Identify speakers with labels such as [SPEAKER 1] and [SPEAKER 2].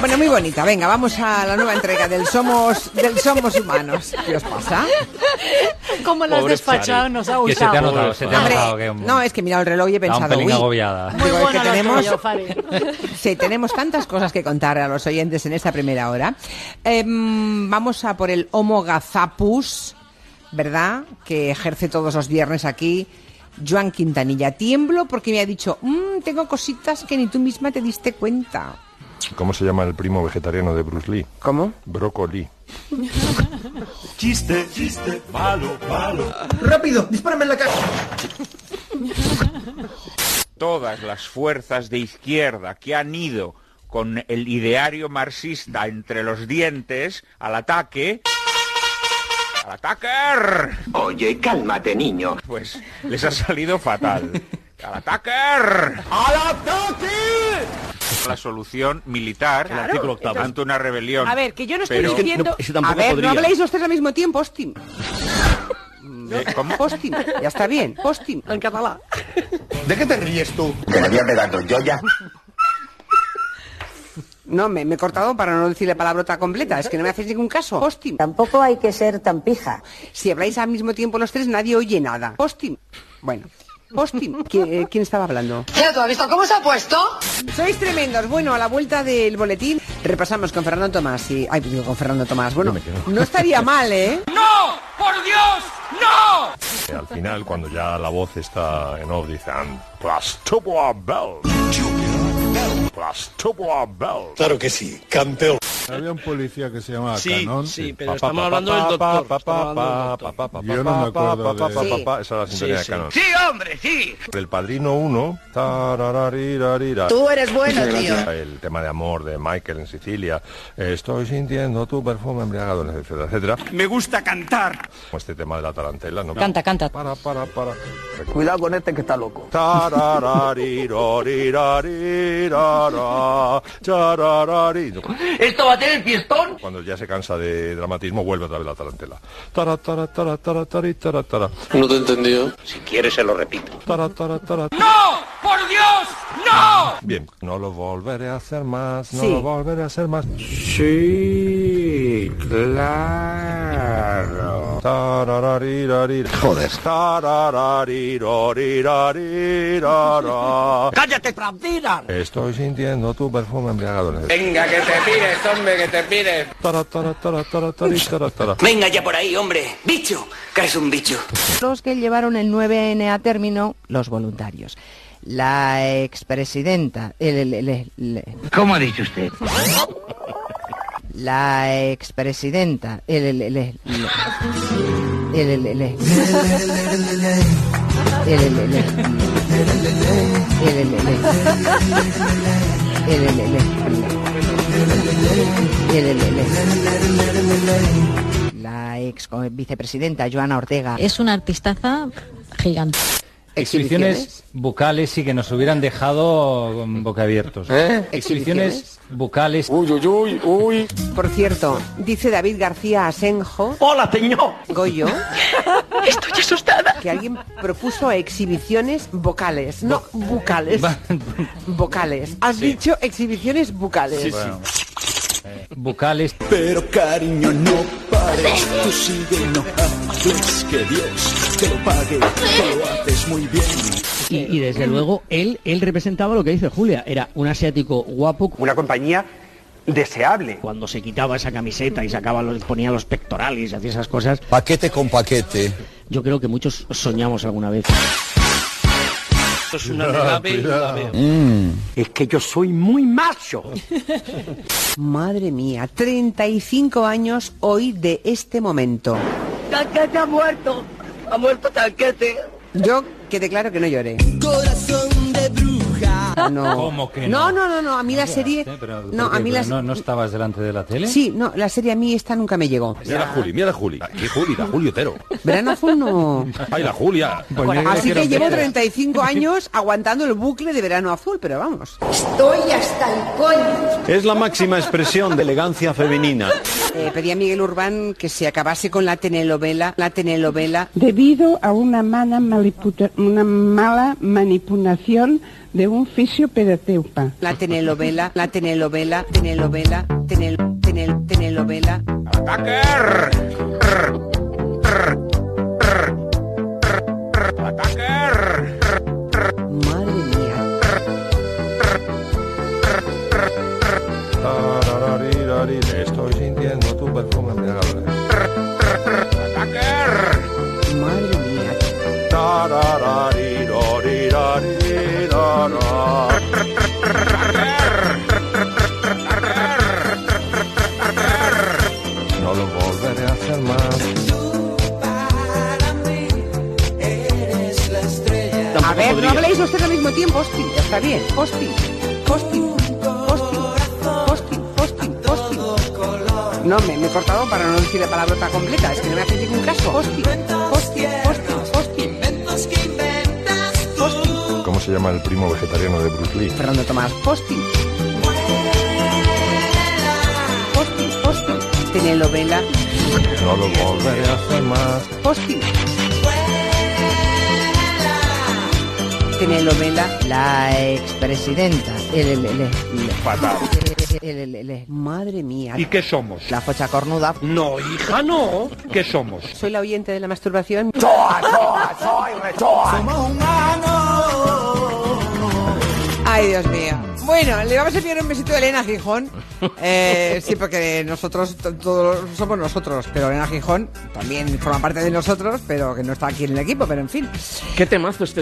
[SPEAKER 1] Bueno, muy bonita. Venga, vamos a la nueva entrega del Somos, del somos Humanos. ¿Qué os pasa?
[SPEAKER 2] ¿Cómo lo has
[SPEAKER 3] Pobre
[SPEAKER 2] despachado?
[SPEAKER 3] Chari.
[SPEAKER 2] Nos ha
[SPEAKER 4] Que se te ha
[SPEAKER 2] gustado.
[SPEAKER 4] notado, se te ha
[SPEAKER 1] Hombre,
[SPEAKER 4] notado que
[SPEAKER 1] no, es que he mirado el reloj y he
[SPEAKER 4] está un
[SPEAKER 1] pensado,
[SPEAKER 4] pelín
[SPEAKER 1] uy,
[SPEAKER 4] agobiada.
[SPEAKER 2] Muy
[SPEAKER 1] Digo, el
[SPEAKER 2] bueno
[SPEAKER 1] que
[SPEAKER 2] lo
[SPEAKER 1] tenemos-
[SPEAKER 2] tuyo, Fari.
[SPEAKER 1] Sí, tenemos tantas cosas que contar a los oyentes en esta primera hora. Em, vamos a por el Homo Gazapus, ¿verdad? Que ejerce todos los viernes aquí. Joan Quintanilla, tiemblo porque me ha dicho, "Mm, tengo cositas que ni tú misma te diste cuenta.
[SPEAKER 5] ¿Cómo se llama el primo vegetariano de Bruce Lee?
[SPEAKER 1] ¿Cómo?
[SPEAKER 5] Brócoli.
[SPEAKER 6] Chiste, chiste, malo, malo.
[SPEAKER 7] ¡Rápido! ¡Dispárame en la cara!
[SPEAKER 8] todas las fuerzas de izquierda que han ido con el ideario marxista entre los dientes al ataque. ¡Al atacar!
[SPEAKER 7] Oye, cálmate, niño.
[SPEAKER 8] Pues les ha salido fatal. ¡Al atacar! ¡Al ataque! La solución militar
[SPEAKER 3] El artículo octavo.
[SPEAKER 8] ante una rebelión.
[SPEAKER 2] A ver, que yo no estoy
[SPEAKER 8] Pero-
[SPEAKER 3] Es que
[SPEAKER 2] diciendo...
[SPEAKER 3] no- ese
[SPEAKER 1] A
[SPEAKER 3] tampoco
[SPEAKER 1] ver,
[SPEAKER 3] podría.
[SPEAKER 1] no habléis los tres al mismo tiempo, hostia.
[SPEAKER 8] Eh, ¿cómo?
[SPEAKER 1] Postim, ya está bien, postim.
[SPEAKER 2] En catalán.
[SPEAKER 7] ¿De qué te ríes tú?
[SPEAKER 9] Te la voy a pegar dos yoyas.
[SPEAKER 1] No, me, me he cortado para no decir la palabrota completa, es que no me hacéis ningún caso. Postim.
[SPEAKER 10] Tampoco hay que ser tan pija.
[SPEAKER 1] Si habláis al mismo tiempo los tres, nadie oye nada. Postim. Bueno. Postim. ¿Qui- eh, ¿Quién estaba hablando?
[SPEAKER 10] Mira, ¿tú has visto cómo se ha puesto?
[SPEAKER 1] Sois tremendos. Bueno, a la vuelta del boletín repasamos con Fernando Tomás y... Ay, digo, con Fernando Tomás. Bueno, no estaría mal, ¿eh?
[SPEAKER 5] Eh, Al final, cuando ya la voz está en off, dice "And Plastopua Bell. Plastopua Bell.
[SPEAKER 6] Claro que sí, campeón.
[SPEAKER 7] Había un policía que se llamaba
[SPEAKER 3] Sí,
[SPEAKER 7] Canón.
[SPEAKER 3] sí, pero estamos hablando del doctor. estamos hablando del doctor.
[SPEAKER 7] Yo no me acuerdo de-
[SPEAKER 1] Sí.
[SPEAKER 5] Esa es la sintonía de
[SPEAKER 3] sí.
[SPEAKER 5] Canon. ¡Sí, hombre, sí! El Padrino 1. tarararirarira.
[SPEAKER 10] eres bueno,
[SPEAKER 5] El tema de amor de Michael en Sicilia. Estoy sintiendo tu perfume embriagado, etcétera, etcétera.
[SPEAKER 6] Me gusta cantar.
[SPEAKER 5] Como Este tema de la tarantela, ¿no?
[SPEAKER 2] Canta, canta.
[SPEAKER 5] Para, para, para.
[SPEAKER 9] Cuidado con este que está loco.
[SPEAKER 5] Tarararirarirara, chararari.
[SPEAKER 9] ¿Esto va a tener fiestón?
[SPEAKER 5] Cuando ya se cansa de dramatismo, vuelve otra vez la tarantela. Tara, tara, tara, tara, tari, tara, tara.
[SPEAKER 3] No te he entendido.
[SPEAKER 9] Si quieres se lo repito.
[SPEAKER 5] Tara, tara, tara. Bien, no lo volveré a hacer más, no
[SPEAKER 1] Sí.
[SPEAKER 5] lo volveré a hacer más.
[SPEAKER 6] Sí, claro.
[SPEAKER 5] Tarararirarir. Joder. Tarararirarirarara.
[SPEAKER 2] ¡Cállate, Framptina!
[SPEAKER 5] Estoy sintiendo tu perfume embriagado.
[SPEAKER 9] Venga, que te pires, hombre, que te pires.
[SPEAKER 5] Tara, tara, tara, tara, tari, tara, tara.
[SPEAKER 9] Venga ya por ahí, hombre. Bicho, que eres un bicho.
[SPEAKER 10] Los que llevaron el 9N a término, los voluntarios. La expresidenta... El, el- el- el-
[SPEAKER 9] ¿Cómo ha dicho usted?
[SPEAKER 10] la expresidenta... El, el- el- el- el- el- el- el- el- el- el- el- La ex vicepresidenta Joana Ortega.
[SPEAKER 2] Es una artistaza gigante.
[SPEAKER 4] Exhibiciones bucales y que nos hubieran dejado con boca abiertos.
[SPEAKER 1] ¿Eh?
[SPEAKER 4] Exhibiciones bucales.
[SPEAKER 1] Por cierto, dice David García Asenjo...
[SPEAKER 9] ¡Hola, señor!
[SPEAKER 1] Goyo. Estoy asustada. Que alguien propuso exhibiciones vocales, no bucales. vocales. Has dicho exhibiciones bucales.
[SPEAKER 4] Bucales.
[SPEAKER 6] Pero cariño, no pares. Tú sigue, no hables que Dios te lo pague. Te lo haces muy bien.
[SPEAKER 11] Y, y desde luego, él, él representaba lo que dice Julia. Era un asiático guapo
[SPEAKER 9] Una compañía deseable.
[SPEAKER 11] cuando se quitaba esa camiseta y sacaba los, ponía los pectorales y hacía esas cosas.
[SPEAKER 6] Paquete con paquete.
[SPEAKER 11] Yo creo que muchos soñamos alguna vez.
[SPEAKER 3] Esto es una de la B y la B.
[SPEAKER 9] Es que yo soy muy macho.
[SPEAKER 1] Madre mía, 35 años hoy de este momento.
[SPEAKER 10] Tanquete ha muerto. Ha muerto Tanquete.
[SPEAKER 1] Yo que declaro que no lloré.
[SPEAKER 7] Corazón de bruja.
[SPEAKER 1] No.
[SPEAKER 4] ¿Cómo que
[SPEAKER 1] No,
[SPEAKER 4] no?
[SPEAKER 1] no, no, no, a mí la serie
[SPEAKER 4] Eh, Pero, ¿por
[SPEAKER 1] No, a
[SPEAKER 4] qué?
[SPEAKER 1] mí
[SPEAKER 4] Pero
[SPEAKER 1] la
[SPEAKER 4] no, ¿eh? no estabas delante de la tele.
[SPEAKER 1] Sí, no, la serie a mí esta nunca me llegó.
[SPEAKER 3] Mira la Juli, mira la Juli. Aquí Juli, la Juli Otero.
[SPEAKER 1] Verano Azul no.
[SPEAKER 3] Ay, la Julia.
[SPEAKER 4] Pues yo creo
[SPEAKER 1] Así
[SPEAKER 4] era
[SPEAKER 1] que llevo
[SPEAKER 4] Petra.
[SPEAKER 1] 35 años aguantando el bucle de Verano Azul, pero vamos.
[SPEAKER 10] Estoy hasta el coño.
[SPEAKER 6] Es la máxima expresión de elegancia femenina.
[SPEAKER 1] Eh, pedí a Miguel Urbán que se acabase con la telenovela, la telenovela.
[SPEAKER 10] debido a una mala, maniputa- una mala manipulación de un fisioterapeuta.
[SPEAKER 1] La telenovela, la telenovela, telenovela, tenel, tenel, telenovela.
[SPEAKER 5] Tararirarir, Estoy sintiendo tu perfume embriagador.
[SPEAKER 1] Madre mía.
[SPEAKER 5] No lo volveré a hacer más.
[SPEAKER 12] Tampoco
[SPEAKER 1] A ver, no
[SPEAKER 12] podría.
[SPEAKER 1] habléis los tres al mismo tiempo, hostia, está bien, hostia, hostia, hostia, hostia, hostia, hostia. No, me, me he cortado para no decir la palabrota completa, es que no me hace ningún caso. Hostia, hostia, hostia, hostia. Inventos que inventas Hostia,
[SPEAKER 5] ¿Cómo se llama el primo vegetariano de Bruce Lee?
[SPEAKER 12] Fernando Tomás.
[SPEAKER 1] hostia. Hostia, hostia. Telenovela,
[SPEAKER 5] No lo volveré a hacer más.
[SPEAKER 1] hostia. Telenovela,
[SPEAKER 13] La expresidenta. El, el, el, el-
[SPEAKER 14] Fatal.
[SPEAKER 13] el- el- el- el- Madre mía.
[SPEAKER 8] ¿Y qué somos?
[SPEAKER 13] La focha cornuda.
[SPEAKER 8] No, hija, no. ¿Qué somos?
[SPEAKER 1] soy la oyente de la masturbación.
[SPEAKER 12] Ay, Dios mío. Bueno, le vamos a enviar un besito a Elena Gijón. Eh, sí, porque nosotros to- todos somos nosotros, pero Elena Gijón también forma parte de nosotros, pero que no está aquí en el equipo, pero en fin.
[SPEAKER 11] Qué temazo este